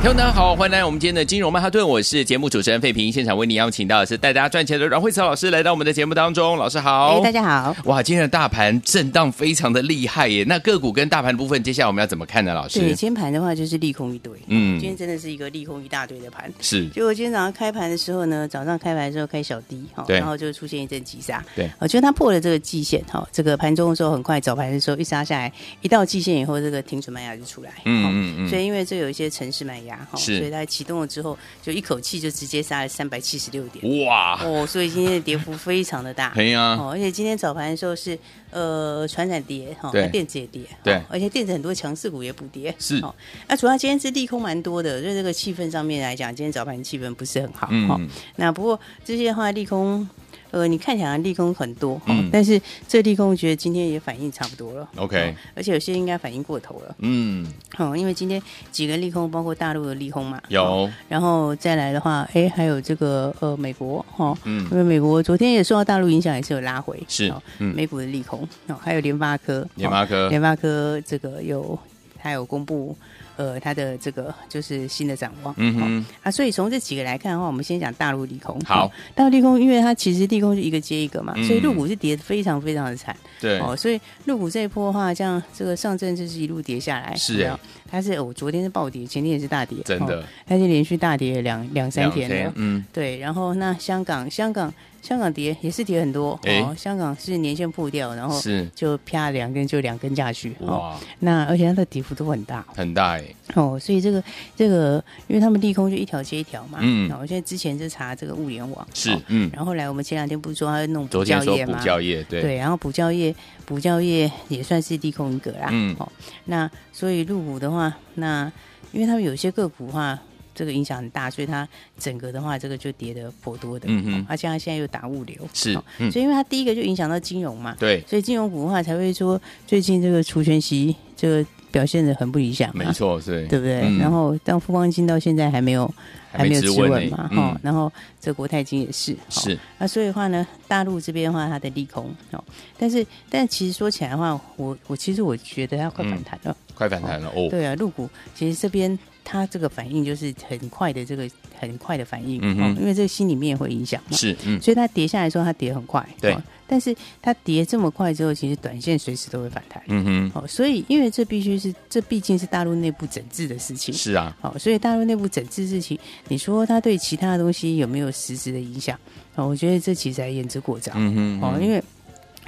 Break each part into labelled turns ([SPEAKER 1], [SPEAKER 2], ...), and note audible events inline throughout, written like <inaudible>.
[SPEAKER 1] 听众大家好，欢迎来到我们今天的金融曼哈顿，我是节目主持人费平，现场为你邀请到的是带大家赚钱的阮慧慈老师来到我们的节目当中，老师好，
[SPEAKER 2] 哎，大家好。
[SPEAKER 1] 哇，今天的大盘震荡非常的厉害耶，那个股跟大盘的部分，接下来我们要怎么看呢？老
[SPEAKER 2] 对，
[SPEAKER 1] 师，
[SPEAKER 2] 今天盘的话就是利空一堆。
[SPEAKER 1] 嗯
[SPEAKER 2] 今天真的是一个利空一大堆的盘。
[SPEAKER 1] 是
[SPEAKER 2] 结果今天早上开盘的时候呢，早上开盘的时候开小低哈，
[SPEAKER 1] 对
[SPEAKER 2] 然后就出现一阵急杀。
[SPEAKER 1] 对
[SPEAKER 2] 我觉得它破了这个季线哈，这个盘中的时候很快，早盘的时候一杀下来，一到季线以后，这个停损卖压就出来。
[SPEAKER 1] 嗯
[SPEAKER 2] 哦
[SPEAKER 1] 嗯嗯
[SPEAKER 2] 所以因为这有一些城市卖压哈，所
[SPEAKER 1] 是
[SPEAKER 2] 以它启动了之后，就一口气就直接杀了三百七十六点。
[SPEAKER 1] 嗯哇，
[SPEAKER 2] 哦，所以今天的跌幅非常
[SPEAKER 1] <laughs>
[SPEAKER 2] 的大。
[SPEAKER 1] 嘿呀
[SPEAKER 2] 哦，而且今天早盘的时候是呃，船产跌哈，
[SPEAKER 1] 对
[SPEAKER 2] 那电子也跌，
[SPEAKER 1] 对
[SPEAKER 2] 哦而且电子很多强势股也补跌，
[SPEAKER 1] 是
[SPEAKER 2] 哦。那主要今天是利空蛮多的，所以这个气氛上面来讲，今天早盘气氛不是很好，
[SPEAKER 1] 嗯
[SPEAKER 2] 哦。那不过这些的话，利空。呃，你看起来利空很多，哦
[SPEAKER 1] 嗯
[SPEAKER 2] 但是这利空我觉得今天也反应差不多了
[SPEAKER 1] OK
[SPEAKER 2] 哦而且有些应该反应过头了，
[SPEAKER 1] 嗯，
[SPEAKER 2] 哦，因为今天几个利空，包括大陆的利空嘛，哦
[SPEAKER 1] 有，
[SPEAKER 2] 然后再来的话，哎，还有这个呃美国哈，
[SPEAKER 1] 嗯
[SPEAKER 2] 因为美国昨天也受到大陆影响，也是有拉回，
[SPEAKER 1] 是
[SPEAKER 2] 哦
[SPEAKER 1] 嗯
[SPEAKER 2] 美股的利空，哦，还有联发科，
[SPEAKER 1] 联发科
[SPEAKER 2] 哦联发科这个有它有公布。呃，它的这个就是新的展望，
[SPEAKER 1] 嗯哼
[SPEAKER 2] 哦啊，所以从这几个来看的话，我们先讲大陆利空。
[SPEAKER 1] 好
[SPEAKER 2] 哦大陆利空，因为它其实利空就一个接一个嘛，
[SPEAKER 1] 嗯
[SPEAKER 2] 所以入股是跌得非常非常的惨。
[SPEAKER 1] 对，
[SPEAKER 2] 哦，所以入股这一波的话，像这个上证就是一路跌下来，
[SPEAKER 1] 是
[SPEAKER 2] 有没有
[SPEAKER 1] 哎
[SPEAKER 2] 它是我、哦昨天是暴跌，前天也是大跌，
[SPEAKER 1] 真的
[SPEAKER 2] 哦它是连续大跌两两三天了。
[SPEAKER 1] 嗯，
[SPEAKER 2] 对，然后那香港，香港，香港跌也是跌很多，
[SPEAKER 1] 哎
[SPEAKER 2] 哦，香港是年线破掉，然后
[SPEAKER 1] 是
[SPEAKER 2] 就啪两根就两根下去，哦，
[SPEAKER 1] 哇，
[SPEAKER 2] 那而且它的跌幅都很大，
[SPEAKER 1] 很大哎，
[SPEAKER 2] 哦，所以这个这个，因为他们利空就一条接一条嘛，
[SPEAKER 1] 嗯
[SPEAKER 2] 嗯，我现在之前是查这个物联网，
[SPEAKER 1] 是
[SPEAKER 2] 哦，
[SPEAKER 1] 嗯，
[SPEAKER 2] 然后后来我们前两天不是说要弄补
[SPEAKER 1] 昨天
[SPEAKER 2] 教
[SPEAKER 1] 说
[SPEAKER 2] 业
[SPEAKER 1] 补
[SPEAKER 2] 吗？
[SPEAKER 1] 教业，对，
[SPEAKER 2] 对，然后补教业，补教业也算是利空一个啦。
[SPEAKER 1] 嗯
[SPEAKER 2] 哦，那所以入股的话，那因为他们有些个股的话，这个影响很大，所以它整个的话，这个就跌的颇多的。
[SPEAKER 1] 嗯哼
[SPEAKER 2] 而且它现在又打物流，
[SPEAKER 1] 是
[SPEAKER 2] 哦，
[SPEAKER 1] 嗯，
[SPEAKER 2] 所以因为它第一个就影响到金融嘛， <laughs>
[SPEAKER 1] 对，
[SPEAKER 2] 所以金融股的话才会说最近这个除权息这个表现的很不理想、啊，
[SPEAKER 1] 没，错，是，
[SPEAKER 2] 对不对？
[SPEAKER 1] 嗯
[SPEAKER 2] 然后但富邦金到现在还没有
[SPEAKER 1] 还没
[SPEAKER 2] 持
[SPEAKER 1] 止稳
[SPEAKER 2] 稳
[SPEAKER 1] 呢
[SPEAKER 2] 嘛，哈、
[SPEAKER 1] 嗯
[SPEAKER 2] 然后这国泰金也是，哦
[SPEAKER 1] 是，
[SPEAKER 2] 那所以的话呢，大陆这边的话，它的利空哦，但是但其实说起来的话，我我其实我觉得它快反弹了。
[SPEAKER 1] 快反弹了哦，
[SPEAKER 2] 对啊，入股其实这边它这个反应就是很快的，这个很快的反应，
[SPEAKER 1] 嗯
[SPEAKER 2] 哦
[SPEAKER 1] 哼，
[SPEAKER 2] 因为这个心里面也会影响嘛。
[SPEAKER 1] 是，嗯，
[SPEAKER 2] 所以它跌下来的时候，它跌很快，哦
[SPEAKER 1] 对
[SPEAKER 2] 但是它跌这么快之后，其实短线随时都会反弹。
[SPEAKER 1] 嗯哼，
[SPEAKER 2] 哦，所以因为这必须是这毕竟是大陆内部整治的事情。
[SPEAKER 1] 是啊，
[SPEAKER 2] 好，所以大陆内部整治事情，你说它对其他的东西有没有实质的影响？哦，我觉得这其实还言之过早。
[SPEAKER 1] 嗯哼，
[SPEAKER 2] 哦，因
[SPEAKER 1] 为
[SPEAKER 2] 为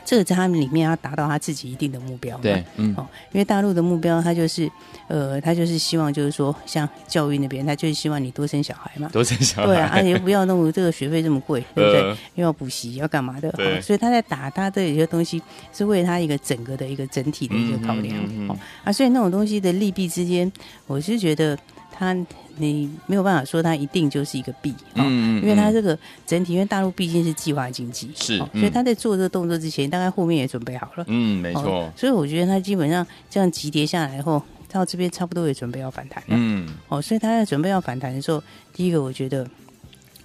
[SPEAKER 2] 这个在他们里面要达到他自己一定的目标嘛。
[SPEAKER 1] 对，嗯，
[SPEAKER 2] 哦，因为大陆的目标，他就是，呃，他就是希望，就是说，像教育那边，他就是希望你多生小孩嘛，
[SPEAKER 1] 都是小孩， <laughs>
[SPEAKER 2] 对啊，而且又不要弄这个学费这么贵，对不对？
[SPEAKER 1] 呃
[SPEAKER 2] 又要补习，要干嘛的？哦
[SPEAKER 1] 对
[SPEAKER 2] 所以他在打他的有些东西，是为了他一个整个的一个整体的一个考量、
[SPEAKER 1] 嗯嗯嗯嗯
[SPEAKER 2] 哦啊，所以那种东西的利弊之间，我是觉得他你没有办法说它一定就是一个弊哦。
[SPEAKER 1] 嗯
[SPEAKER 2] 因为它这个整体，因为大陆毕竟是计划经济，哦
[SPEAKER 1] 是嗯
[SPEAKER 2] 所以他在做这个动作之前，大概后面也准备好了，
[SPEAKER 1] 嗯，没错
[SPEAKER 2] 哦，所以我觉得它基本上这样急跌下来后，到这边差不多也准备要反弹了。
[SPEAKER 1] 嗯，
[SPEAKER 2] 哦，所以他在准备要反弹的时候，第一个我觉得，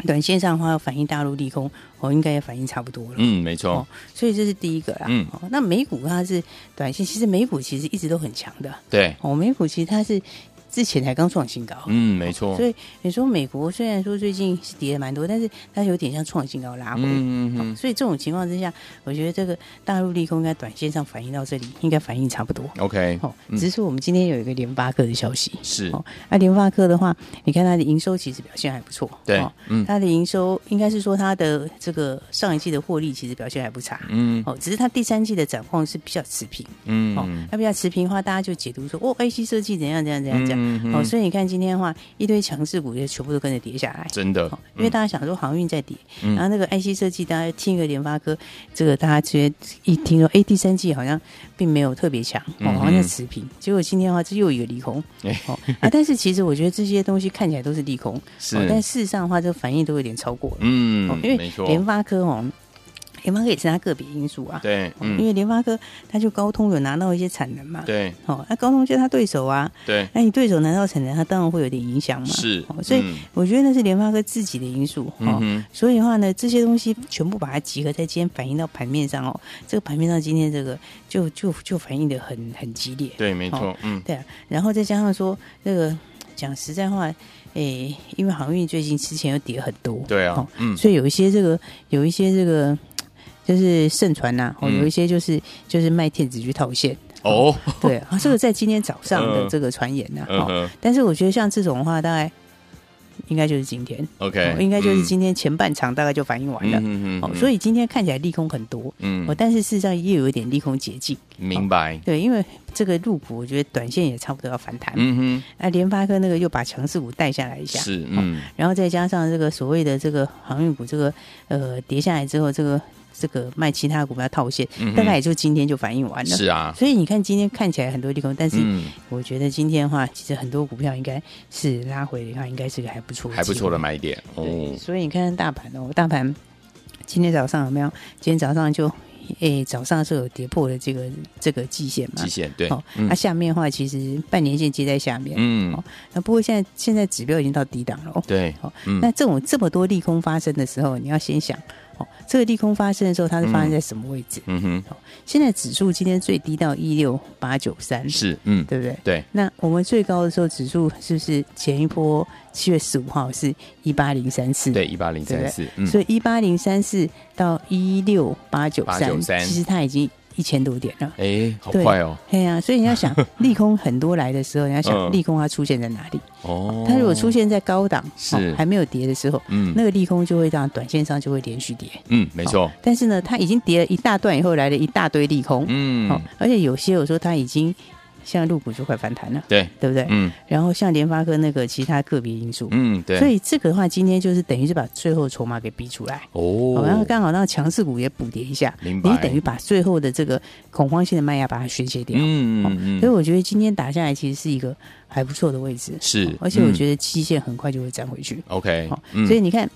[SPEAKER 2] 短线上的话要反映大陆利空，哦，应该也反映差不多了。
[SPEAKER 1] 嗯，没错
[SPEAKER 2] 哦，所以这是第一个啦。
[SPEAKER 1] 嗯
[SPEAKER 2] 哦，那美股它是短线，其实美股其实一直都很强的。
[SPEAKER 1] 对，
[SPEAKER 2] 哦，美股其实它是之前才刚创新高。
[SPEAKER 1] 嗯，没错，
[SPEAKER 2] 所以你说美国虽然说最近是跌的蛮多，但是它有点像创新高拉回。哦
[SPEAKER 1] 嗯嗯
[SPEAKER 2] 所以这种情况之下，我觉得这个大陆利空应该短线上反映到这里，应该反应差不多。
[SPEAKER 1] ，OK，
[SPEAKER 2] 哦，
[SPEAKER 1] 嗯
[SPEAKER 2] 只是我们今天有一个联发科的消息。
[SPEAKER 1] 是，
[SPEAKER 2] 哦，那联发科的话，你看它的营收其实表现还不错，
[SPEAKER 1] 对
[SPEAKER 2] 哦，
[SPEAKER 1] 嗯
[SPEAKER 2] 它的营收应该是说它的这个上一季的获利其实表现还不差，
[SPEAKER 1] 嗯
[SPEAKER 2] 哦，只是它第三季的展望是比较持平，哦
[SPEAKER 1] 嗯，
[SPEAKER 2] 那比较持平的话，大家就解读说，哦，IC 设计怎样怎样怎样怎样，
[SPEAKER 1] 嗯哼
[SPEAKER 2] 哦，所以你看今天的话，一堆强势股也全部都跟着跌下来。
[SPEAKER 1] 真的
[SPEAKER 2] 哦，因为
[SPEAKER 1] 嗯
[SPEAKER 2] 大家想说航运在跌，
[SPEAKER 1] 嗯
[SPEAKER 2] 然后那个 IC 设计，大家听一个联发科，这个大家觉得一听说，哎，第三季好像并没有特别强，哦，
[SPEAKER 1] 嗯哎
[SPEAKER 2] 好像在持平。结果今天的话，这又有一个利空，哦啊，但是其实我觉得这些东西看起来都是利空，
[SPEAKER 1] <laughs> 是
[SPEAKER 2] 哦，但事实上的话，这个反应都有点超过了，
[SPEAKER 1] 嗯
[SPEAKER 2] 哦，因为
[SPEAKER 1] 没错，
[SPEAKER 2] 联发科哦，联发科也是它个别因素啊，
[SPEAKER 1] 对，
[SPEAKER 2] 哦因
[SPEAKER 1] 嗯，
[SPEAKER 2] 为联发科它就高通有拿到一些产能嘛，，
[SPEAKER 1] 对
[SPEAKER 2] 哦，那高通就是它对手啊，
[SPEAKER 1] 对
[SPEAKER 2] 那你对手拿到产能，它当然会有点影响嘛，
[SPEAKER 1] 是
[SPEAKER 2] 哦，所以
[SPEAKER 1] 嗯
[SPEAKER 2] 我觉得那是联发科自己的因素，
[SPEAKER 1] 嗯
[SPEAKER 2] 哦，
[SPEAKER 1] 哼，
[SPEAKER 2] 所以的话呢，这些东西全部把它集合在今天反映到盘面上哦，这个盘面上今天这个就就就反映的很很激烈，
[SPEAKER 1] 对，没错
[SPEAKER 2] 哦，
[SPEAKER 1] 嗯，
[SPEAKER 2] 对啊，然后再加上说那个讲实在话，诶，因为航运最近之前又跌很多，
[SPEAKER 1] 对啊
[SPEAKER 2] 哦，
[SPEAKER 1] 嗯，
[SPEAKER 2] 所以有一些这个有一些这个。就是盛传呐、哦，
[SPEAKER 1] 嗯
[SPEAKER 2] 有一些就是就是卖电子去
[SPEAKER 1] <laughs>
[SPEAKER 2] 套现，
[SPEAKER 1] 哦，
[SPEAKER 2] 对啊，这个在今天早上的
[SPEAKER 1] 嗯
[SPEAKER 2] 这个传言呐、
[SPEAKER 1] 嗯
[SPEAKER 2] 哦，
[SPEAKER 1] 哼
[SPEAKER 2] 但是我觉得像这种的话，大概应该就是今天，
[SPEAKER 1] ，OK，
[SPEAKER 2] 哦应该就
[SPEAKER 1] 嗯
[SPEAKER 2] 是今天前半场大概就反应完了。
[SPEAKER 1] 嗯
[SPEAKER 2] 哦，所
[SPEAKER 1] 以
[SPEAKER 2] 以今天看起来利空很多，
[SPEAKER 1] 嗯
[SPEAKER 2] 哦，，但是事实上也有一点利空解禁，
[SPEAKER 1] 明白，
[SPEAKER 2] 对，因为这个入股，我觉得短线也差不多要反弹，
[SPEAKER 1] 嗯哼，
[SPEAKER 2] 那联发科那个又把强势股带下来一下，
[SPEAKER 1] 是，嗯，
[SPEAKER 2] 然后再加上这个所谓的这个航运股，这个呃跌下来之后，这个这个卖其他股票套现，
[SPEAKER 1] 嗯哼
[SPEAKER 2] 大概也就今天就反应完了。
[SPEAKER 1] 是啊，
[SPEAKER 2] 所以你看今天看起来很多利空，但是
[SPEAKER 1] 嗯，
[SPEAKER 2] 我觉得今天的话，其实很多股票应该是拉回的话，应该是个还不错，
[SPEAKER 1] 还不错的。买点哦
[SPEAKER 2] 对，，所以你看大盘哦，大盘今天早上有没有？今天早上就诶、早上是有跌破了这个这个季线嘛
[SPEAKER 1] 极？限对
[SPEAKER 2] 哦，，那、
[SPEAKER 1] 嗯
[SPEAKER 2] 下面的话，其实半年线接在下面。
[SPEAKER 1] 嗯，
[SPEAKER 2] 那不过现在现在指标已经到低档哦了哦。
[SPEAKER 1] 对
[SPEAKER 2] 好，
[SPEAKER 1] 嗯
[SPEAKER 2] 那这种这么多利空发生的时候，你要先想哦，这个利空发生的时候，它是发生在什么位置？
[SPEAKER 1] 嗯哼，
[SPEAKER 2] 现在指数今天最低到一六八九三，
[SPEAKER 1] 是，嗯，
[SPEAKER 2] 对不对？
[SPEAKER 1] 对，
[SPEAKER 2] 那我们最高的时候，指数是不是前一波七月十五号是一八零三四？
[SPEAKER 1] 对，一八零
[SPEAKER 2] 对
[SPEAKER 1] 三四，嗯，
[SPEAKER 2] 所以一八零三四到一六八九三，
[SPEAKER 1] 893
[SPEAKER 2] 其实它已经一千多点了。
[SPEAKER 1] 哎，好
[SPEAKER 2] 对
[SPEAKER 1] 快哦，
[SPEAKER 2] 哎呀、所以你
[SPEAKER 1] <laughs>
[SPEAKER 2] 要想利空很多来的时候，你要
[SPEAKER 1] 嗯
[SPEAKER 2] 想利空它出现在哪里？
[SPEAKER 1] 哦，
[SPEAKER 2] 它如果出，现在高档，哦
[SPEAKER 1] 是
[SPEAKER 2] 还没有跌的时候，
[SPEAKER 1] 嗯，
[SPEAKER 2] 那个哦利空就会让短线上就会连续跌。
[SPEAKER 1] 嗯，没错，
[SPEAKER 2] 但是呢，它已经跌了一大段以后，来了一大堆利空，
[SPEAKER 1] 嗯，
[SPEAKER 2] 哦，而且有些有时候它已经像入股就快反弹了，
[SPEAKER 1] 对，
[SPEAKER 2] 对不对？
[SPEAKER 1] 嗯
[SPEAKER 2] 然后像联发科那个其他个别因素，
[SPEAKER 1] 嗯，对，
[SPEAKER 2] 所以这个的话，今天就是等于是把最后筹码给逼出来。
[SPEAKER 1] 哦
[SPEAKER 2] 哦，，然后刚好让强势股也补跌一下，
[SPEAKER 1] 明白
[SPEAKER 2] 你等于把最后的这个恐慌性的卖压把它宣泄掉。
[SPEAKER 1] 嗯
[SPEAKER 2] 哦
[SPEAKER 1] 嗯
[SPEAKER 2] 所以
[SPEAKER 1] 嗯，
[SPEAKER 2] 我觉得今天打下来其实是一个还不错的位置，
[SPEAKER 1] 是
[SPEAKER 2] 哦而且我
[SPEAKER 1] 嗯
[SPEAKER 2] 觉得期限很快就会站回去。
[SPEAKER 1] OK，
[SPEAKER 2] 好、
[SPEAKER 1] 嗯
[SPEAKER 2] 所以你看。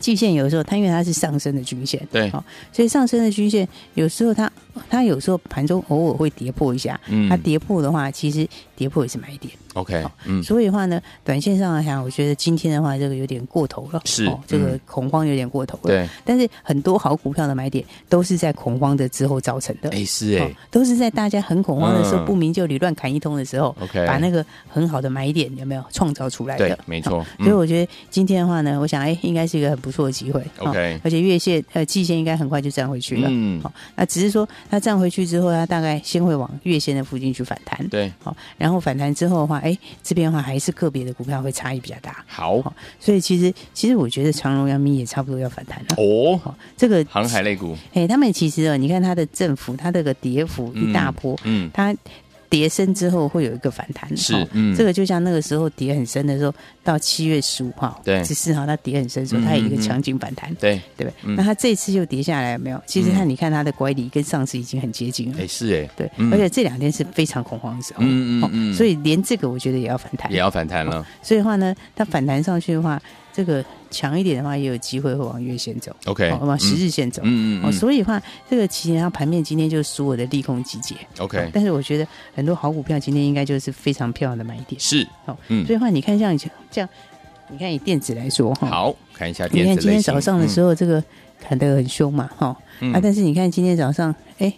[SPEAKER 2] 季线有的时候，它因为它是上升的均线，
[SPEAKER 1] 对
[SPEAKER 2] 好、所以上升的均线有时候它它有时候盘中偶尔会跌破一下，
[SPEAKER 1] 嗯
[SPEAKER 2] 它跌破的话，其实跌破也是买点，
[SPEAKER 1] OK，
[SPEAKER 2] 好
[SPEAKER 1] 嗯，
[SPEAKER 2] 所以的话呢，短线上来讲，我觉得今天的话这个有点过头了，哦
[SPEAKER 1] 是
[SPEAKER 2] 这个
[SPEAKER 1] 嗯
[SPEAKER 2] 恐慌有点过头了，
[SPEAKER 1] 对，
[SPEAKER 2] 但是很多好股票的买点都是在恐慌的之后造成的，
[SPEAKER 1] 哎是
[SPEAKER 2] 哦
[SPEAKER 1] 哎
[SPEAKER 2] 都是在大家很恐慌的时候、
[SPEAKER 1] 嗯
[SPEAKER 2] 不明就里、乱砍一通的时候，
[SPEAKER 1] 哦，OK，
[SPEAKER 2] 把那个很好的买点有没有创造出来
[SPEAKER 1] 对
[SPEAKER 2] 的？，哦
[SPEAKER 1] 没错，
[SPEAKER 2] 所以
[SPEAKER 1] 嗯
[SPEAKER 2] 我觉得今天的话呢，我想哎、应该是一个很不错的机会。哦
[SPEAKER 1] OK
[SPEAKER 2] 而且月线呃季线应该很快就站回去了。
[SPEAKER 1] 嗯
[SPEAKER 2] 啊好、那只是说它站回去之后，它大概先会往月线的附近去反弹。
[SPEAKER 1] 对，
[SPEAKER 2] 好、然后反弹之后的话，哎、这边的话还是个别的股票会差异比较大。
[SPEAKER 1] 好
[SPEAKER 2] 好所以其实其实我觉得长荣、阳明也差不多要反弹了。
[SPEAKER 1] 哦，
[SPEAKER 2] 好、这个
[SPEAKER 1] 航海类股，
[SPEAKER 2] 哎、他们其实哦，你看它的振幅，它这个跌幅一大波，
[SPEAKER 1] 嗯，
[SPEAKER 2] 它跌升之后会有一个反弹。
[SPEAKER 1] 是
[SPEAKER 2] 哦，
[SPEAKER 1] 嗯，
[SPEAKER 2] 这个就像那个时候跌很深的时候，到七月十五号、
[SPEAKER 1] 对嗯
[SPEAKER 2] 十四号，它跌很深的时候，它有一个强劲反弹，
[SPEAKER 1] 对，
[SPEAKER 2] 对不对？
[SPEAKER 1] 嗯
[SPEAKER 2] 那它这次又跌下来了没有？其实它，
[SPEAKER 1] 嗯
[SPEAKER 2] 你看它的乖离跟上次已经很接近了，
[SPEAKER 1] 哎是哎，
[SPEAKER 2] 对，
[SPEAKER 1] 嗯
[SPEAKER 2] 而且这两天是非常恐慌的时候，哦
[SPEAKER 1] 嗯嗯嗯
[SPEAKER 2] 所以连这个我觉得也要反弹
[SPEAKER 1] 也。要反弹了
[SPEAKER 2] 所以的话呢，它反弹上去的话，这个强一点的话，也有机会会往月线走，
[SPEAKER 1] ，OK，
[SPEAKER 2] 哦往十日线走。
[SPEAKER 1] 嗯，嗯
[SPEAKER 2] 哦，
[SPEAKER 1] 嗯
[SPEAKER 2] 所以的话，这个其实它盘面今天就是所有的利空集结。哦
[SPEAKER 1] ，OK，
[SPEAKER 2] 但是我觉得很多好股票今天应该就是非常漂亮的买点。
[SPEAKER 1] 是，
[SPEAKER 2] 哦
[SPEAKER 1] 嗯
[SPEAKER 2] 所以的话，你看像这样，你看以电子来说哈，
[SPEAKER 1] 好，看一下
[SPEAKER 2] 你
[SPEAKER 1] 电
[SPEAKER 2] 看
[SPEAKER 1] 子
[SPEAKER 2] 今
[SPEAKER 1] 类
[SPEAKER 2] 天
[SPEAKER 1] 型嗯
[SPEAKER 2] 早上的时
[SPEAKER 1] 候
[SPEAKER 2] 候，这个砍得很凶嘛，哈、啊，但是你看今天早上，哎，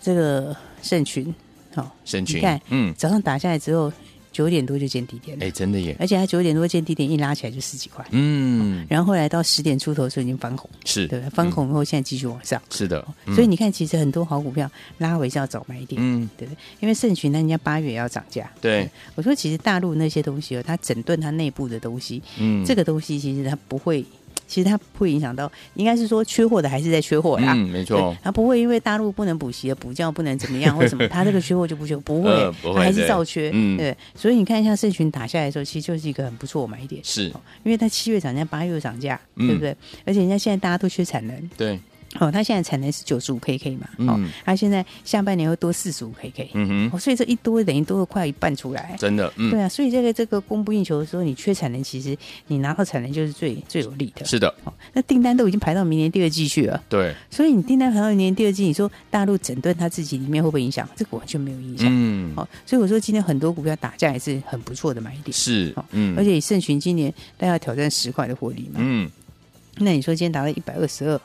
[SPEAKER 2] 这个盛群，好、
[SPEAKER 1] 深
[SPEAKER 2] 你
[SPEAKER 1] 群
[SPEAKER 2] 看，
[SPEAKER 1] 嗯，
[SPEAKER 2] 早上打下来之后，九点多就见低点了，
[SPEAKER 1] 哎真的耶，
[SPEAKER 2] 而且它九点多见低点一拉起来就十几块，
[SPEAKER 1] 嗯，
[SPEAKER 2] 然后后来到十点出头的时候已经翻红，
[SPEAKER 1] 是，嗯
[SPEAKER 2] 对不对？翻红以后现在继续往上，
[SPEAKER 1] 是的，嗯
[SPEAKER 2] 所以你看，其实很多好股票拉回是要早买点，
[SPEAKER 1] 嗯，
[SPEAKER 2] 对不对？因为盛群呢，人家八月也要涨价。
[SPEAKER 1] 对，
[SPEAKER 2] 我说，其实大陆那些东西哦，它整顿它内部的东西，
[SPEAKER 1] 嗯，
[SPEAKER 2] 这个东西其实它不会。其实它不会影响到，应该是说缺货的还是在缺货啦。
[SPEAKER 1] 嗯，没错
[SPEAKER 2] 啊对，它不会因为大陆不能补习、
[SPEAKER 1] <laughs>
[SPEAKER 2] 补教不能怎么样或什么，它这个缺货就不缺，不
[SPEAKER 1] 呃
[SPEAKER 2] 会，
[SPEAKER 1] 不会
[SPEAKER 2] 它还是
[SPEAKER 1] 对
[SPEAKER 2] 照缺。
[SPEAKER 1] 嗯
[SPEAKER 2] 对，所以你看一下社群打下来的时候，其实就是一个很不错的买点，哦
[SPEAKER 1] 是，
[SPEAKER 2] 因为它七月涨价，八月又涨价，
[SPEAKER 1] 嗯
[SPEAKER 2] 对不对？而且人家现在大家都缺产能，
[SPEAKER 1] 对，
[SPEAKER 2] 哦，它现在产能是九十五 KK 嘛，哦
[SPEAKER 1] 嗯，
[SPEAKER 2] 它现在下半年会多四十五 KK，
[SPEAKER 1] 嗯哼，
[SPEAKER 2] 哦，所以这一多等于多了快一半出来。
[SPEAKER 1] 真的，嗯
[SPEAKER 2] 对，啊，所以这个这个供不应求的时候，你缺产能，其实你拿到产能就是最最有利的。
[SPEAKER 1] 是的，
[SPEAKER 2] 哦，那订单都已经排到明年第二季去了，
[SPEAKER 1] 对，
[SPEAKER 2] 所以你订单排到明年第二季，你说大陆整顿它自己里面会不会影响？这个完全没有影响。
[SPEAKER 1] 嗯，
[SPEAKER 2] 哦，所以我说今天很多股票打架也是很不错的买点，
[SPEAKER 1] 是
[SPEAKER 2] 好，
[SPEAKER 1] 嗯，
[SPEAKER 2] 而，且盛群今年大概要挑战十块的获利嘛，
[SPEAKER 1] 嗯
[SPEAKER 2] 那你说今天达到一百二十二，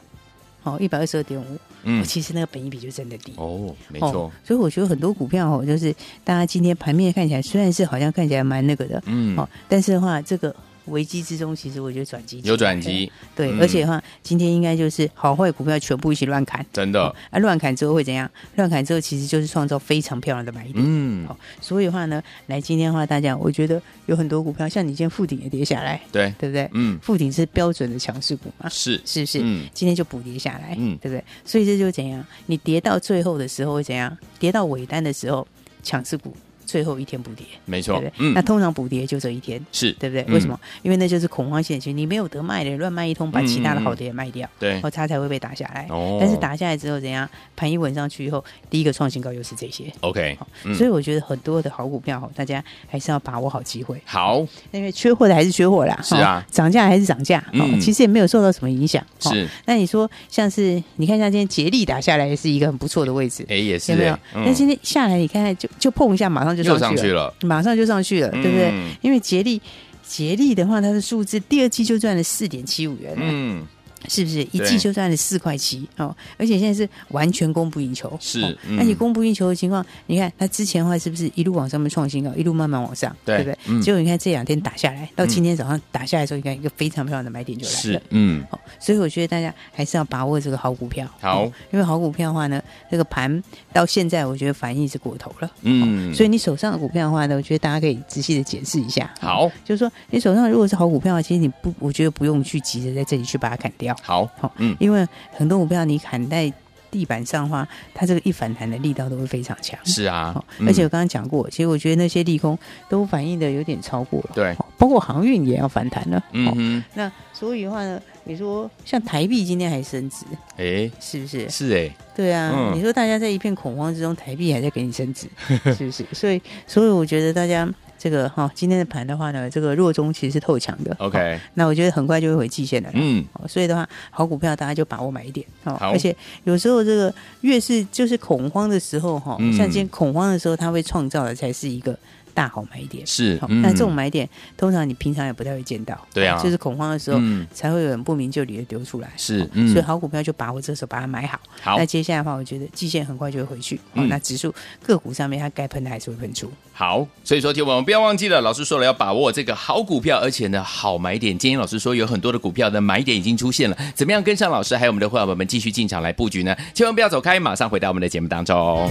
[SPEAKER 2] 好，一百二十二点五，
[SPEAKER 1] 嗯，
[SPEAKER 2] 其实那个本益比就真的低。
[SPEAKER 1] 哦，没
[SPEAKER 2] 哦
[SPEAKER 1] 错，，
[SPEAKER 2] 所以我觉得很多股票哦，就是大家今天盘面看起来虽然是好像看起来蛮那个的，
[SPEAKER 1] 嗯，
[SPEAKER 2] 哦，但是的话，这个危机之中，其实我觉得转机
[SPEAKER 1] 有转，机，
[SPEAKER 2] 对，
[SPEAKER 1] 嗯
[SPEAKER 2] 而且的话，今天应该就是好坏股票全部一起乱砍，
[SPEAKER 1] 真的，
[SPEAKER 2] 啊，乱砍之后会怎样？乱砍之后其实就是创造非常漂亮的买点。
[SPEAKER 1] 嗯
[SPEAKER 2] 好，所以的话呢，来今天的话，大家我觉得有很多股票，像你今天附顶也跌下来，
[SPEAKER 1] 对，
[SPEAKER 2] 对不对？
[SPEAKER 1] 嗯，
[SPEAKER 2] 附顶是标准的强势股嘛，
[SPEAKER 1] 是，
[SPEAKER 2] 是不是？
[SPEAKER 1] 嗯，
[SPEAKER 2] 今天就补跌下来，
[SPEAKER 1] 嗯
[SPEAKER 2] 对不对？所以这就怎样？你跌到最后的时候会怎样？跌到尾单的时候，强势股最后一天补跌，
[SPEAKER 1] 没
[SPEAKER 2] 对
[SPEAKER 1] 错
[SPEAKER 2] 不对，？
[SPEAKER 1] 嗯
[SPEAKER 2] 那，通常补跌就这一天，
[SPEAKER 1] 是，
[SPEAKER 2] 对不对？
[SPEAKER 1] 嗯
[SPEAKER 2] 为什么？因为那就是恐慌性的情绪，你没有得卖的，乱卖一通，把其他的好的也卖掉，
[SPEAKER 1] 对，
[SPEAKER 2] 哦，它才会被打下来。
[SPEAKER 1] 嗯哦
[SPEAKER 2] 但是打下来之后怎样？盘一稳上去以后，第一个创新高又是这些。哦
[SPEAKER 1] ，OK，嗯
[SPEAKER 2] 所以我觉得很多的好股票，大家还是要把握好机会，
[SPEAKER 1] 好，
[SPEAKER 2] 因为缺货的还是缺货啦，
[SPEAKER 1] 是啊
[SPEAKER 2] 哦涨价还是涨价，哦
[SPEAKER 1] 嗯
[SPEAKER 2] 其实也没有受到什么影响。哦
[SPEAKER 1] 是，
[SPEAKER 2] 那你说像是你看像今天杰力打下来也是一个很不错的位置，
[SPEAKER 1] 哎，也是
[SPEAKER 2] 有没有
[SPEAKER 1] 哎？嗯
[SPEAKER 2] 那今天下来你看看就就碰一下，马上就
[SPEAKER 1] 又
[SPEAKER 2] 上
[SPEAKER 1] 上
[SPEAKER 2] 去
[SPEAKER 1] 去
[SPEAKER 2] 了，
[SPEAKER 1] 了，
[SPEAKER 2] 马上就上去了，对不对？
[SPEAKER 1] 嗯
[SPEAKER 2] 因为杰力杰力的话，它的数字第二季就赚了四点七五元了，
[SPEAKER 1] 嗯，
[SPEAKER 2] 是不是？一
[SPEAKER 1] 对
[SPEAKER 2] 季就赚了四块七哦，而且现在是完全供不应求，
[SPEAKER 1] 是
[SPEAKER 2] 哦
[SPEAKER 1] 嗯
[SPEAKER 2] 那你供不应求的情况，你看它之前的话是不是一路往上面创新高，一路慢慢往上，
[SPEAKER 1] 对
[SPEAKER 2] 不对？
[SPEAKER 1] 嗯
[SPEAKER 2] 结果你看这两天打下来，到
[SPEAKER 1] 嗯
[SPEAKER 2] 今天早上打下来的时候，你看一个非常漂亮的买点就来了
[SPEAKER 1] 是。，嗯，
[SPEAKER 2] 哦，所以我觉得大家还是要把握这个好股票。
[SPEAKER 1] 好
[SPEAKER 2] 哦因为好股票的话呢，这个盘到现在我觉得反应是过头了。
[SPEAKER 1] 嗯，
[SPEAKER 2] 所
[SPEAKER 1] 以
[SPEAKER 2] 以你手上的股票的话呢，我觉得大家可以仔细的检视一下。哦
[SPEAKER 1] 好，
[SPEAKER 2] 就是说你手上如果是好股票，其实你不，我觉得不用去急着在这里去把它砍掉。
[SPEAKER 1] 好，
[SPEAKER 2] 好、
[SPEAKER 1] 嗯
[SPEAKER 2] 因为很多股票你砍在地板上的话，它这个一反弹的力道都会非常强。
[SPEAKER 1] 是啊
[SPEAKER 2] 哦，
[SPEAKER 1] 嗯
[SPEAKER 2] 而且我刚刚讲过，其实我觉得那些利空都反应的有点超过了，
[SPEAKER 1] 对
[SPEAKER 2] 哦，包括航运也要反弹了，
[SPEAKER 1] 嗯
[SPEAKER 2] 哦
[SPEAKER 1] 哼，
[SPEAKER 2] 那所以的话呢，你说像台币今天还升值，
[SPEAKER 1] 哎，
[SPEAKER 2] 是不是？
[SPEAKER 1] 是哎，
[SPEAKER 2] 对啊，
[SPEAKER 1] 嗯
[SPEAKER 2] 你说大家在一片恐慌之中，台币还在给你
[SPEAKER 1] <laughs>
[SPEAKER 2] 升值，是不是？所以，所以我觉得大家这个哈、今天的盘的话呢，这个弱中其实是透强的。哦
[SPEAKER 1] OK，
[SPEAKER 2] 那我觉得很快就会回季线的。
[SPEAKER 1] 嗯，
[SPEAKER 2] 哦，所以的话，好股票大家就把握买一点哦。
[SPEAKER 1] 好
[SPEAKER 2] 而且有时候这个越是就是恐慌的时候哈、
[SPEAKER 1] 嗯
[SPEAKER 2] 像今天恐慌的时候，它会创造的才是一个大好买点。
[SPEAKER 1] 是
[SPEAKER 2] 好，，
[SPEAKER 1] 嗯
[SPEAKER 2] 那这种买点通常你平常也不太会见到，
[SPEAKER 1] 对啊
[SPEAKER 2] 就是恐慌的时候
[SPEAKER 1] 嗯
[SPEAKER 2] 才会有人不明就里的丢出来，
[SPEAKER 1] 是
[SPEAKER 2] 哦
[SPEAKER 1] 嗯
[SPEAKER 2] 所以好股票就把握这时候把它买好。
[SPEAKER 1] 好
[SPEAKER 2] 那接下来的话，我觉得季线很快就会回去，哦
[SPEAKER 1] 嗯
[SPEAKER 2] 那指数个股上面它该喷的还是会喷出。
[SPEAKER 1] 好，所以说听我们不要忘记了，老师说了要把握这个好股票，而且呢好买点。今天老师说有很多的股票的买点已经出现了，怎么样跟上老师还有我们的会员们继续进场来布局呢？千万不要走开，马上回到我们的节目当中。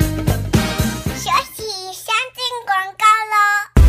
[SPEAKER 3] 学习先进广告喽。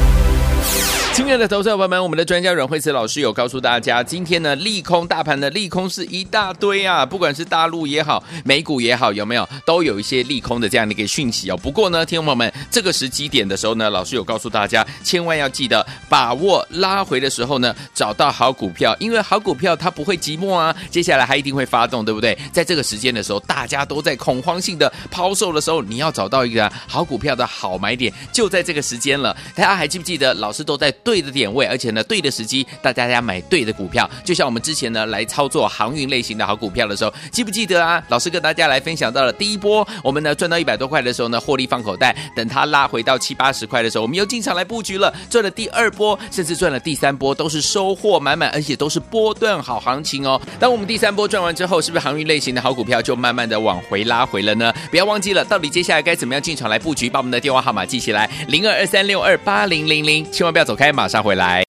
[SPEAKER 1] 亲爱的投资者朋友们，我们的专家阮慧慈老师有告诉大家，今天呢利空大盘的利空是一大堆啊，不管是大陆也好，美股也好，有没有都有一些利空的这样的一个讯息哦。不过呢，听众朋友们，这个时机点的时候呢，老师有告诉大家，千万要记得把握拉回的时候呢，找到好股票，因为好股票它不会寂寞啊，接下来它一定会发动，对不对？在这个时间的时候，大家都在恐慌性的抛售的时候，你要找到一个好股票的好买点，就在这个时间了。大家还记不记得，老师都在对的点位，而且呢，对的时机，带大家买对的股票。就像我们之前呢来操作航运类型的好股票的时候，记不记得啊？老师跟大家来分享到了第一波，我们呢赚到一百多块的时候呢，获利放口袋，等它拉回到七八十块的时候，我们又进场来布局了，赚了第二波，甚至赚了第三波，都是收获满满，而且都是波段好行情哦。当我们第三波赚完之后，是不是航运类型的好股票就慢慢的往回拉回了呢？不要忘记了，到底接下来该怎么样进场来布局？把我们的电话号码记起来，零二二三六二八零零零，千万不要走开，马上回来。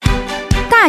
[SPEAKER 4] 大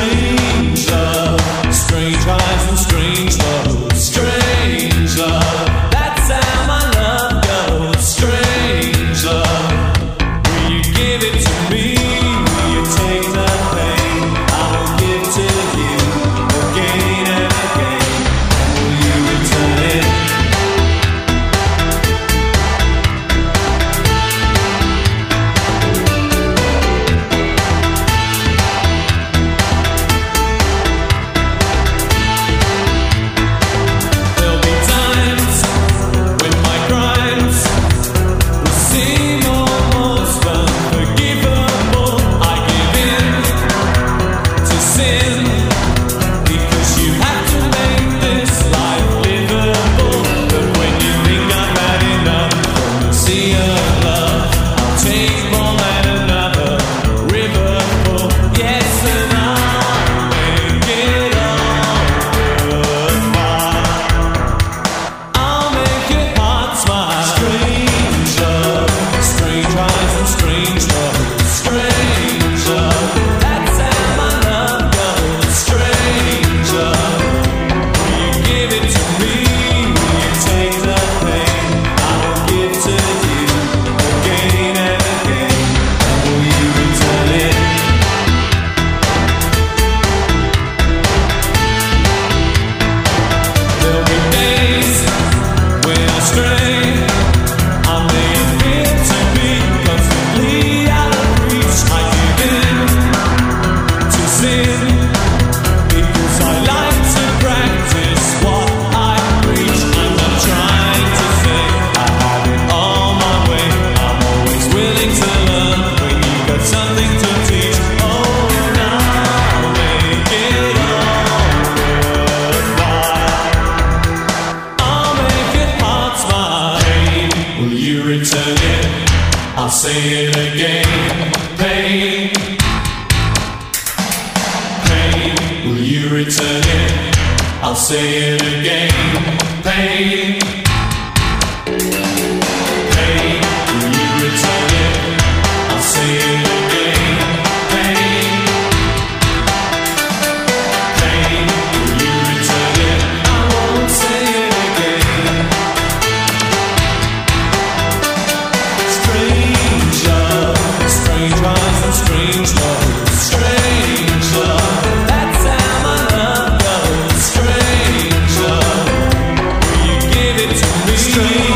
[SPEAKER 5] Stranger, strange eyes and strange love. Stranger, that's how my love goes. Stranger, when you give it to me, you take the pain. I will give to you again and again. And will you return it? There'll be times when my crimes will seem almost unforgivable. I give in to sin because you have to make this life livable. But when you think I've had enough from the sea of love, I'll take more than another river full. Yes, and I'll make it all worthwhile. I'll make your heart smile. Stranger, strange eyes and strange love. Stranger, that's how my love goes. Stranger, will you give it to me? Will you take the pain? I will give to you again and again. And will you return it? There'll be days when I stray. I may appear to be constantly out of reach. I give in to sin because I like to practice what I preach. I'm not trying to say I have it all my way. I'm always willing to learn when you've got something to teach. Oh, and I'll make it all worthwhile. I'll make your heart smile. Pain, will you return it? I'll say it again. Pain, pain, will you return it? I'll say it again. Pain, pain, will you return it? I'll say it again. Pain. Pain, will you return it? I won't say it again. Stranger, strange eyes and strange love. Stranger, that's how my love goes. Stranger, will you give it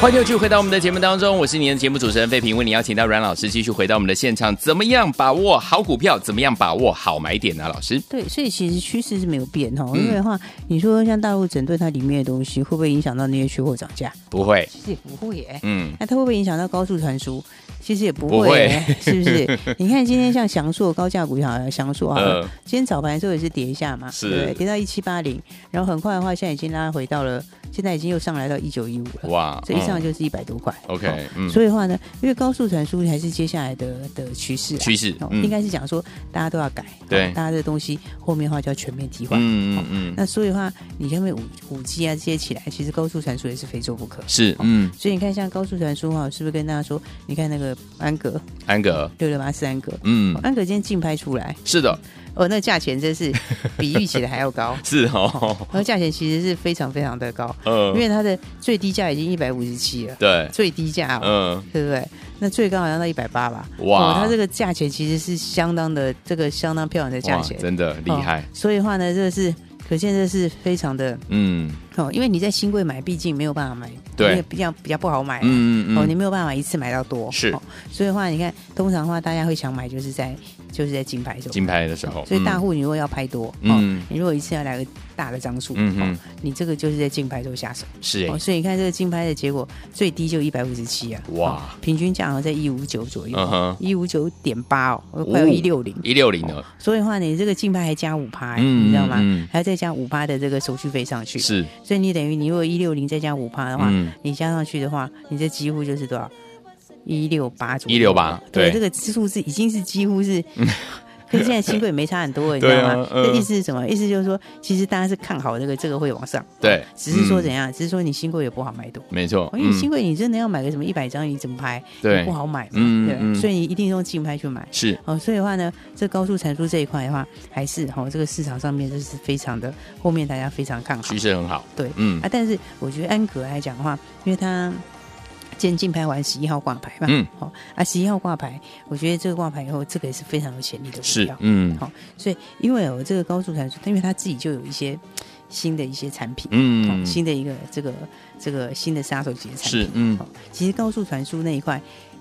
[SPEAKER 1] 欢迎继续回到我们的节目当中，我是你的节目主持人费平，为你邀请到阮老师继续回到我们的现场，怎么样把握好股票？怎么样把握好买点呢、老师，
[SPEAKER 2] 对，所以其实趋势是没有变哈，
[SPEAKER 1] 嗯
[SPEAKER 2] 因为的话，你说像大陆整顿它里面的东西，会不会影响到那些缺货涨价？
[SPEAKER 1] 不会，
[SPEAKER 2] 其实也不会耶。
[SPEAKER 1] 嗯，
[SPEAKER 2] 那它会不会影响到高速传输？其实也不
[SPEAKER 1] 不
[SPEAKER 2] 会
[SPEAKER 1] 会
[SPEAKER 2] 耶，是不
[SPEAKER 1] <laughs>
[SPEAKER 2] 是？你看今天像翔硕高价股好了，翔硕好
[SPEAKER 1] 呃
[SPEAKER 2] 了，今天早盘的时候也是跌一下嘛，
[SPEAKER 1] 是
[SPEAKER 2] 对不对，跌到一七八零，然后很快的话，现在已经拉回到了，现在已经又上来到一九一五了，
[SPEAKER 1] 哇，
[SPEAKER 2] 这一上
[SPEAKER 1] 嗯
[SPEAKER 2] 就是一百多块。哦
[SPEAKER 1] OK，嗯，
[SPEAKER 2] 所以的话呢，因为高速传输还是接下来的的趋势啊、
[SPEAKER 1] 趋势
[SPEAKER 2] 哦
[SPEAKER 1] 嗯
[SPEAKER 2] 应该是讲说大家都要改，
[SPEAKER 1] 对
[SPEAKER 2] 哦大家的东西后面的话就要全面替换。
[SPEAKER 1] 嗯嗯嗯，
[SPEAKER 2] 哦那所以的话，你下面五五 G 啊这些起来，其实高速传输也是非做不可。
[SPEAKER 1] 是，嗯，
[SPEAKER 2] 所以你看，像高速传输哈，是不是跟大家说？你看那个安格
[SPEAKER 1] 安格，
[SPEAKER 2] 六六八四安格，
[SPEAKER 1] 嗯，
[SPEAKER 2] 安格今天竞拍出来，
[SPEAKER 1] 是的，
[SPEAKER 2] 哦，那价钱真是比预期的还要高，
[SPEAKER 1] <laughs> 是哦，
[SPEAKER 2] 然后价钱其实是非常非常的高，
[SPEAKER 1] 呃
[SPEAKER 2] 因，为它的最低价已经一百五十七了，
[SPEAKER 1] 对，
[SPEAKER 2] 最低价、哦，
[SPEAKER 1] 嗯，
[SPEAKER 2] 对不对？那最高好像到一百八吧。
[SPEAKER 1] 哇
[SPEAKER 2] 哦它这个价钱其实是相当的，这个相当漂亮的价
[SPEAKER 1] 哇，
[SPEAKER 2] 钱，
[SPEAKER 1] 真的厉害
[SPEAKER 2] 哦，所以的话呢，这是可见这是非常的
[SPEAKER 1] 嗯
[SPEAKER 2] 哦，因为你在新贵买，毕竟没有办法买，
[SPEAKER 1] 对
[SPEAKER 2] 因为比较比较不好买啊、
[SPEAKER 1] 嗯嗯
[SPEAKER 2] 哦，你
[SPEAKER 1] 嗯，
[SPEAKER 2] 没有办法一次买到多，
[SPEAKER 1] 是
[SPEAKER 2] 哦所以的话，你看，通常的话，大家会想买，就是在就是在金牌手，
[SPEAKER 1] 金牌的时候，
[SPEAKER 2] 所以大
[SPEAKER 1] 嗯
[SPEAKER 2] 户你如果要拍多，
[SPEAKER 1] 嗯
[SPEAKER 2] 哦，你如果一次要来个大的张数，
[SPEAKER 1] 嗯哼
[SPEAKER 2] 哦，你这个就是在竞拍手下手，
[SPEAKER 1] 是
[SPEAKER 2] 哦，
[SPEAKER 1] 哎，
[SPEAKER 2] 所以你看这个竞拍的结果最低就一百五十七啊，
[SPEAKER 1] 哇
[SPEAKER 2] 哦，平均价好像在一五九左
[SPEAKER 1] 嗯
[SPEAKER 2] 右
[SPEAKER 1] 哼，
[SPEAKER 2] 一五九点八哦，快要一六零，
[SPEAKER 1] 一六零的，
[SPEAKER 2] 所以的话，你这个竞拍还加五趴、欸
[SPEAKER 1] 嗯
[SPEAKER 2] 你知道吗？
[SPEAKER 1] 嗯嗯
[SPEAKER 2] 还要再加五趴的这个手续费上去，
[SPEAKER 1] 是，
[SPEAKER 2] 所以你等于你如果一六零再加五趴的话，
[SPEAKER 1] 嗯
[SPEAKER 2] 你加上去的话，你这几乎就是多少？一六八左右，
[SPEAKER 1] 168对
[SPEAKER 2] 这个数字已经是几乎
[SPEAKER 1] <laughs>
[SPEAKER 2] 是。跟现在新贵没差很多，你知
[SPEAKER 1] 对
[SPEAKER 2] 道
[SPEAKER 1] 啊
[SPEAKER 2] 吗？
[SPEAKER 1] 嗯
[SPEAKER 2] 这意思是什么？意思就是说，其实大家是看好这个，这个会往上，
[SPEAKER 1] 对，
[SPEAKER 2] 哦只是说
[SPEAKER 1] 嗯
[SPEAKER 2] 怎样，只是说你新贵也不好买多。哦
[SPEAKER 1] 没错，
[SPEAKER 2] 因为
[SPEAKER 1] 嗯
[SPEAKER 2] 新贵你真的要买个什么一百张，你怎么拍？
[SPEAKER 1] 对
[SPEAKER 2] 不好买嘛，
[SPEAKER 1] 嗯
[SPEAKER 2] 对不
[SPEAKER 1] 嗯
[SPEAKER 2] 对，所以你一定用竞拍去买。
[SPEAKER 1] 是，
[SPEAKER 2] 哦，所以的话呢，这高速传输这一块的话，还是哦，这个市场上面就是非常的，后面大家非常看好
[SPEAKER 1] 趋。势很好，
[SPEAKER 2] 对
[SPEAKER 1] 嗯
[SPEAKER 2] 啊，但是我觉得安格来讲的话，因为它今天竞拍完十一号挂牌嘛，
[SPEAKER 1] 嗯，
[SPEAKER 2] 好、啊，十一号挂牌，我觉得这个挂牌以后，这个也是非常有潜力的股
[SPEAKER 1] 是
[SPEAKER 2] 票，，
[SPEAKER 1] 嗯
[SPEAKER 2] 好、所以因为有这个高速传输，因为它自己就有一些新的一些产品，
[SPEAKER 1] 嗯
[SPEAKER 2] 哦，新的一个这个这个新的杀手级的产品，
[SPEAKER 1] 是，嗯
[SPEAKER 2] 哦，其实高速传输那一块，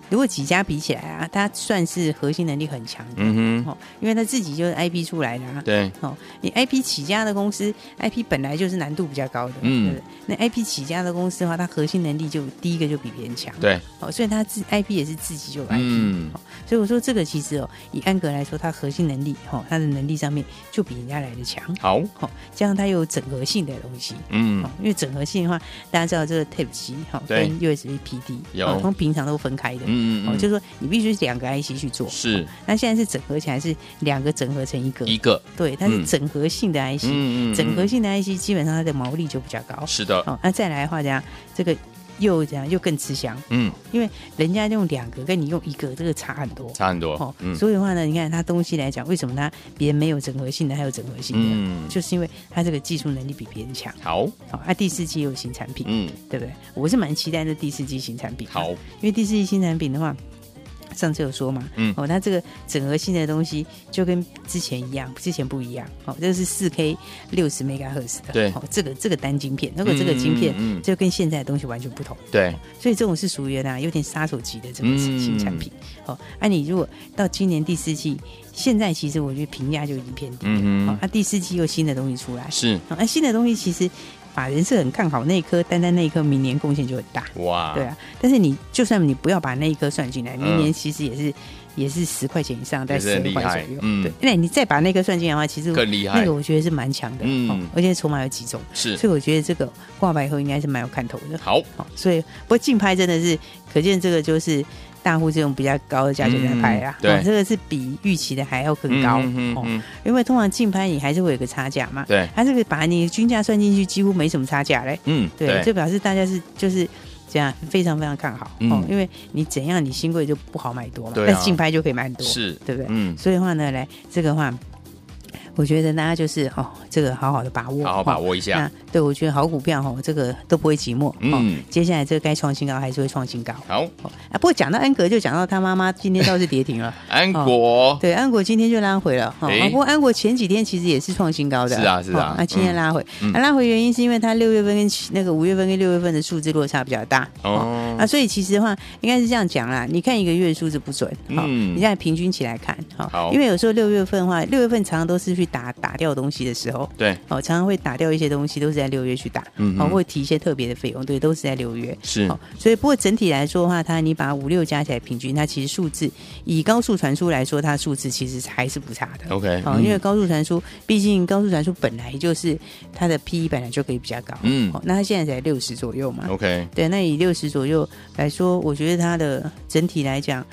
[SPEAKER 2] 如果几家比起来啊，它算是核心能力很强的，
[SPEAKER 1] 嗯哼，
[SPEAKER 2] 哦，因为它自己就是 IP 出来的啊。
[SPEAKER 1] 对，
[SPEAKER 2] 哦，你 IP 起家的公司，IP 本来就是难度比较高的，
[SPEAKER 1] 嗯
[SPEAKER 2] 对不对那 IP 起家的公司的话，它核心能力就第一个就比别人强，，
[SPEAKER 1] 对，
[SPEAKER 2] 哦，所以它自 IP 也是自己就有 IP，、
[SPEAKER 1] 嗯
[SPEAKER 2] 哦、所以我说这个其实哦，以安格来说，它核心能力，哦，它的能力上面就比人家来的强，
[SPEAKER 1] 好，
[SPEAKER 2] 哦，加上它有整合性的东西，
[SPEAKER 1] 嗯
[SPEAKER 2] 哦，因为整合性的话，大家知道这个 Type C 哈、哦、
[SPEAKER 1] 对
[SPEAKER 2] 跟 USB PD
[SPEAKER 1] 有
[SPEAKER 2] 哦，从平常都分开的，
[SPEAKER 1] 嗯嗯
[SPEAKER 2] 哦，
[SPEAKER 1] 嗯，
[SPEAKER 2] 就是说你必须是两个 IC 去做，
[SPEAKER 1] 是
[SPEAKER 2] 那现在是哦整合起来是两个整合成一个，
[SPEAKER 1] 一个，
[SPEAKER 2] 对，它
[SPEAKER 1] 嗯
[SPEAKER 2] 是整合性的 IC，、
[SPEAKER 1] 嗯
[SPEAKER 2] 整合性的 IC 基本上它的毛利就比较高，
[SPEAKER 1] 是的，
[SPEAKER 2] 哦，那再来的话怎样，这个又怎样又更吃香，
[SPEAKER 1] 嗯，
[SPEAKER 2] 人家用两个跟你用一个这个差很多。
[SPEAKER 1] 差很多
[SPEAKER 2] 哦，，
[SPEAKER 1] 嗯
[SPEAKER 2] 所以的话呢，你看它东西来讲，为什么它别人没有整合性的，还有整合性的，
[SPEAKER 1] 嗯
[SPEAKER 2] 就是因为它这个技术能力比别人强。
[SPEAKER 1] 好，
[SPEAKER 2] 好、哦，它、第四季有新产品，
[SPEAKER 1] 嗯
[SPEAKER 2] 对不对？我是蛮期待这第四季新产品。
[SPEAKER 1] 好，，
[SPEAKER 2] 因为第四季新产品的话，上次有说嘛，
[SPEAKER 1] 嗯
[SPEAKER 2] 哦，它这个整合性的东西就跟之前一样，之前不一样，哦，这是四 K 六十 MHz 的，
[SPEAKER 1] 对
[SPEAKER 2] 哦，这个这个单晶片，如果这个晶片
[SPEAKER 1] 嗯嗯嗯嗯
[SPEAKER 2] 就跟现在的东西完全不同，
[SPEAKER 1] 对，
[SPEAKER 2] 所以这种是属于呢有点杀手级的这种
[SPEAKER 1] 嗯
[SPEAKER 2] 新产品，哦，啊，你如果到今年第四季，现在其实我觉得评价就已经偏低了，
[SPEAKER 1] 嗯哼
[SPEAKER 2] 哦，啊，第四季又新的东西出来，
[SPEAKER 1] 是，
[SPEAKER 2] 哦，啊，新的东西其实法人是很看好那一颗，单单那一颗明年贡献就很大。
[SPEAKER 1] 哇，
[SPEAKER 2] 对，啊，但是你就算你不要把那一颗算进来，明
[SPEAKER 1] 嗯
[SPEAKER 2] 年其实也是、也是十块钱以上，在
[SPEAKER 1] 也是
[SPEAKER 2] 十
[SPEAKER 1] 很
[SPEAKER 2] 二
[SPEAKER 1] 厉害
[SPEAKER 2] 块左右。
[SPEAKER 1] 嗯
[SPEAKER 2] 对，那你再把那个算进来的话，其实
[SPEAKER 1] 更厉害
[SPEAKER 2] 那个我觉得是蛮强的，
[SPEAKER 1] 嗯
[SPEAKER 2] 哦而且筹码有几种，
[SPEAKER 1] 是
[SPEAKER 2] 所以我觉得这个挂牌以后应该是蛮有看头的。
[SPEAKER 1] 好，
[SPEAKER 2] 哦，所以不过竞拍真的是可见这个就是。大户这种比较高的价钱来拍啦，
[SPEAKER 1] 嗯对
[SPEAKER 2] 哦，这个是比预期的还要更高、
[SPEAKER 1] 嗯
[SPEAKER 2] 哦，
[SPEAKER 1] 嗯，
[SPEAKER 2] 因为通常竞拍你还是会有个差价嘛，
[SPEAKER 1] 对，
[SPEAKER 2] 它这个把你的均价算进去，几乎没什么差价嘞。
[SPEAKER 1] 嗯
[SPEAKER 2] 对，这表示大家是就是这样非常非常看好、
[SPEAKER 1] 嗯
[SPEAKER 2] 哦，因为你怎样你新贵就不好买多嘛，
[SPEAKER 1] 对啊
[SPEAKER 2] 但是竞拍就可以买很多，
[SPEAKER 1] 是，
[SPEAKER 2] 对不对？
[SPEAKER 1] 嗯
[SPEAKER 2] 所以的话呢，来这个话。我觉得大家就是哦，这个好好的把握，
[SPEAKER 1] 好好把握一
[SPEAKER 2] 哦。
[SPEAKER 1] 下。
[SPEAKER 2] 那对我觉得好股票哦，这个都不会寂寞。
[SPEAKER 1] 嗯
[SPEAKER 2] 嗯，接下来这个该创新高还是会创新高。
[SPEAKER 1] 好，
[SPEAKER 2] 哦啊，不过讲到安格，就讲到他妈妈今天倒是跌停了。
[SPEAKER 1] 安国，
[SPEAKER 2] 哦 <laughs> 对，安国今天就拉回了哈、
[SPEAKER 1] 诶
[SPEAKER 2] 啊不过安国前几天其实也是创新高的，
[SPEAKER 1] 是啊是啊
[SPEAKER 2] 哦那、今天
[SPEAKER 1] 嗯
[SPEAKER 2] 拉回，
[SPEAKER 1] 嗯
[SPEAKER 2] 那、拉回原因是因为它六月份跟七那个五月份跟六月份的数字落差比较大
[SPEAKER 1] 哦
[SPEAKER 2] 啊，所以其实的话应该是这样讲啦，你看一个月数字不准，好、
[SPEAKER 1] 嗯
[SPEAKER 2] 你现在平均起来看，好
[SPEAKER 1] 好
[SPEAKER 2] 因为有时候六月份的话，六月份常常都是去打打掉东西的时候。
[SPEAKER 1] 对，
[SPEAKER 2] 哦，常常会打掉一些东西，都是在六月去打，
[SPEAKER 1] 嗯哼
[SPEAKER 2] 哦，会提一些特别的费用，对，都是在六月。
[SPEAKER 1] 是
[SPEAKER 2] 哦，所以不过整体来说的话，它你把五六加起来平均，它其实数字以高速传输来说，它数字其实还是不差的。
[SPEAKER 1] OK，
[SPEAKER 2] 哦，
[SPEAKER 1] 嗯
[SPEAKER 2] 因为高速传输，毕竟高速传输本来就是它的 PE 本来就可以比较高，
[SPEAKER 1] 嗯
[SPEAKER 2] 哦，那它现在才六十左右嘛，
[SPEAKER 1] OK，
[SPEAKER 2] 对，那以六十左右来说，我觉得它的整体来讲，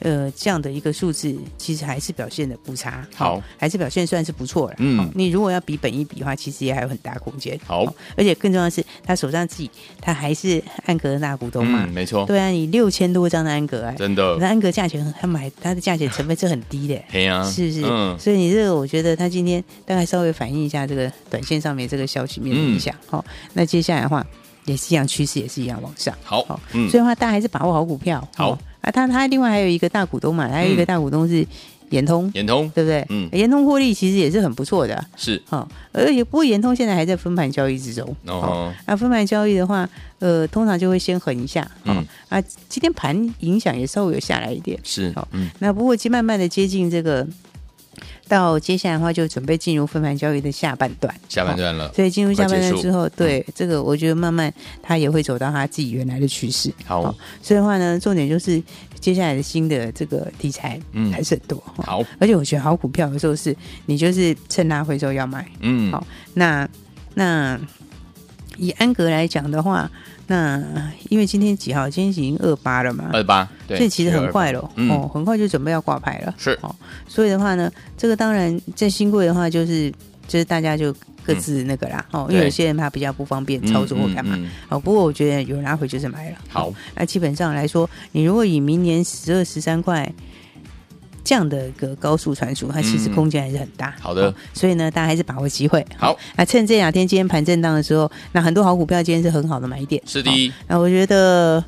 [SPEAKER 2] 呃，这样的一个数字其实还是表现的不差，
[SPEAKER 1] 好
[SPEAKER 2] 哦还是表现算是不错了。
[SPEAKER 1] 嗯
[SPEAKER 2] 哦你如果要比本一比的话，其实也还有很大空间。
[SPEAKER 1] 好
[SPEAKER 2] 哦而且更重要的是，他手上自己他还是安格的大股东嘛
[SPEAKER 1] 嗯，，没错，
[SPEAKER 2] 对啊，你六千多张的安格、哎，
[SPEAKER 1] 真的
[SPEAKER 2] 那，安格价钱很他买它的价钱成本是很低的、
[SPEAKER 1] 嘿呀，
[SPEAKER 2] 是不是？
[SPEAKER 1] 嗯，
[SPEAKER 2] 所以你这个，我觉得他今天大概稍微反映一下这个短线上面这个消息面的影响。
[SPEAKER 1] 嗯
[SPEAKER 2] 好、那接下来的话也是一样，趋势也是一样往上。
[SPEAKER 1] 好
[SPEAKER 2] 好，
[SPEAKER 1] 嗯
[SPEAKER 2] 所以的话，大家还是把握好股票。
[SPEAKER 1] 好
[SPEAKER 2] 哦啊，他他另外还有一个大股东嘛，还有一个大股东是延通，
[SPEAKER 1] 眼通
[SPEAKER 2] 对不对？
[SPEAKER 1] 嗯
[SPEAKER 2] 延通获利其实也是很不错的。
[SPEAKER 1] 是，
[SPEAKER 2] 哦，而且不过延通现在还在分盘交易之中。
[SPEAKER 1] 然后
[SPEAKER 2] 那分盘交易的话，呃，通常就会先横一下。哦、
[SPEAKER 1] 嗯
[SPEAKER 2] 啊，今天盘影响也稍微有下来一点。
[SPEAKER 1] 是
[SPEAKER 2] 好，
[SPEAKER 1] 嗯，
[SPEAKER 2] 那不过接慢慢的接近这个，到接下来的话就准备进入分盘交易的下半段。
[SPEAKER 1] 下半
[SPEAKER 2] 哦。
[SPEAKER 1] 段了，
[SPEAKER 2] 所以进入下半
[SPEAKER 1] 快
[SPEAKER 2] 段
[SPEAKER 1] 结束嗯
[SPEAKER 2] 之后，对这个我觉得慢慢它也会走到它自己原来的趋势。
[SPEAKER 1] 好
[SPEAKER 2] 哦，所以的话呢，重点就是接下来的新的这个题材，
[SPEAKER 1] 嗯
[SPEAKER 2] 嗯，还是很多。哦
[SPEAKER 1] 好，
[SPEAKER 2] 而且我觉得好股票的时候是，你就是趁它回收要买。
[SPEAKER 1] 嗯，
[SPEAKER 2] 好那那以安格来讲的话，那因为今天几号？今天已经二八了嘛，
[SPEAKER 1] 二八，对，
[SPEAKER 2] 所以其实很快了
[SPEAKER 1] 12，嗯
[SPEAKER 2] 哦，很快就准备要挂牌了。
[SPEAKER 1] 是
[SPEAKER 2] 哦，所以的话呢，这个当然在新贵的话，就是就是大家就各自那个啦，哦，因
[SPEAKER 1] 嗯
[SPEAKER 2] 为
[SPEAKER 1] 对
[SPEAKER 2] 有些人他比较不方便
[SPEAKER 1] 嗯
[SPEAKER 2] 操作或干嘛。
[SPEAKER 1] 嗯嗯
[SPEAKER 2] 哦，不过我觉得有拿回就是买了。
[SPEAKER 1] 好
[SPEAKER 2] 哦那基本上来说，你如果以明年十二、十三块这样的一个高速传输，它其实
[SPEAKER 1] 嗯
[SPEAKER 2] 空间还是很大。哦
[SPEAKER 1] 好的
[SPEAKER 2] 所以呢，大家还是把握机会。
[SPEAKER 1] 好
[SPEAKER 2] 哦，那趁这两天今天盘震荡的时候，那很多好股票今天是很好的买点。
[SPEAKER 1] 是的
[SPEAKER 2] 哦那我觉得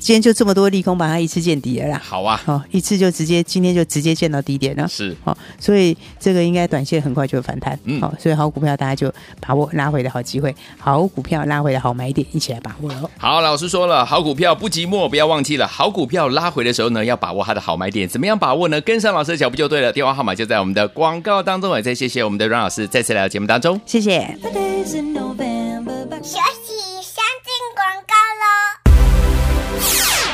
[SPEAKER 2] 今天就这么多利空，把它一次见底了啦。
[SPEAKER 1] 好啊，
[SPEAKER 2] 好、一次就直接今天就直接见到低点了。
[SPEAKER 1] 是
[SPEAKER 2] 好、所以这个应该短线很快就会反弹。
[SPEAKER 1] 嗯
[SPEAKER 2] 好、所以好股票大家就把握拉回的好机会，好股票拉回的好买点，一起来把握喽。
[SPEAKER 1] 好，老师说了，好股票不寂寞，不要忘记了，好股票拉回的时候呢，要把握它的好买点。怎么样把握呢？跟上老师的脚步就对了。电话号码就在我们的广告当中，也再谢谢我们的阮老师再次来到节目当中。
[SPEAKER 2] 谢谢。
[SPEAKER 3] 学习先进广告喽。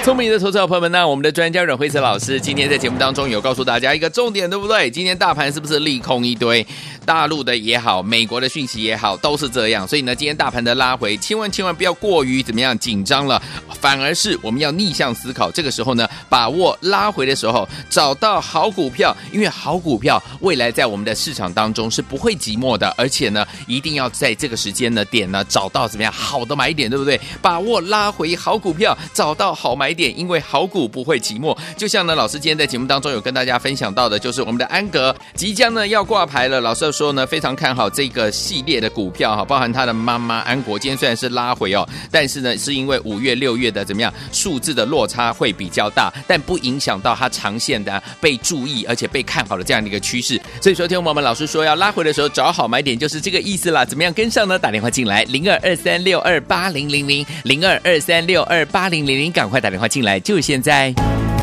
[SPEAKER 1] 聪明的投资者朋友们呢，我们的专家阮慧慈老师今天在节目当中有告诉大家一个重点，对不对？今天大盘是不是利空一堆？大陆的也好，美国的讯息也好，都是这样。所以呢，今天大盘的拉回，千万千万不要过于怎么样紧张了，反而是我们要逆向思考。这个时候呢，把握拉回的时候，找到好股票，因为好股票未来在我们的市场当中是不会寂寞的，而且呢，一定要在这个时间呢点呢找到怎么样好的买点，对不对？把握拉回好股票，找到好买点，因为好股不会寂寞。就像呢，老师今天在节目当中有跟大家分享到的，就是我们的安格即将呢要挂牌了。老师说呢，非常看好这个系列的股票哈，包含他的妈妈安国，今天虽然是拉回哦，但是呢，是因为五月六月的怎么样数字的落差会比较大，但不影响到它长线的、被注意而且被看好的这样的一个趋势。所以说，听众朋友们，老师说要拉回的时候找好买点，就是这个意思啦。怎么样跟上呢？打电话进来，零二二三六二八零零零，零二二三六二八零零零，赶快打电话进来，就是现在。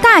[SPEAKER 4] 大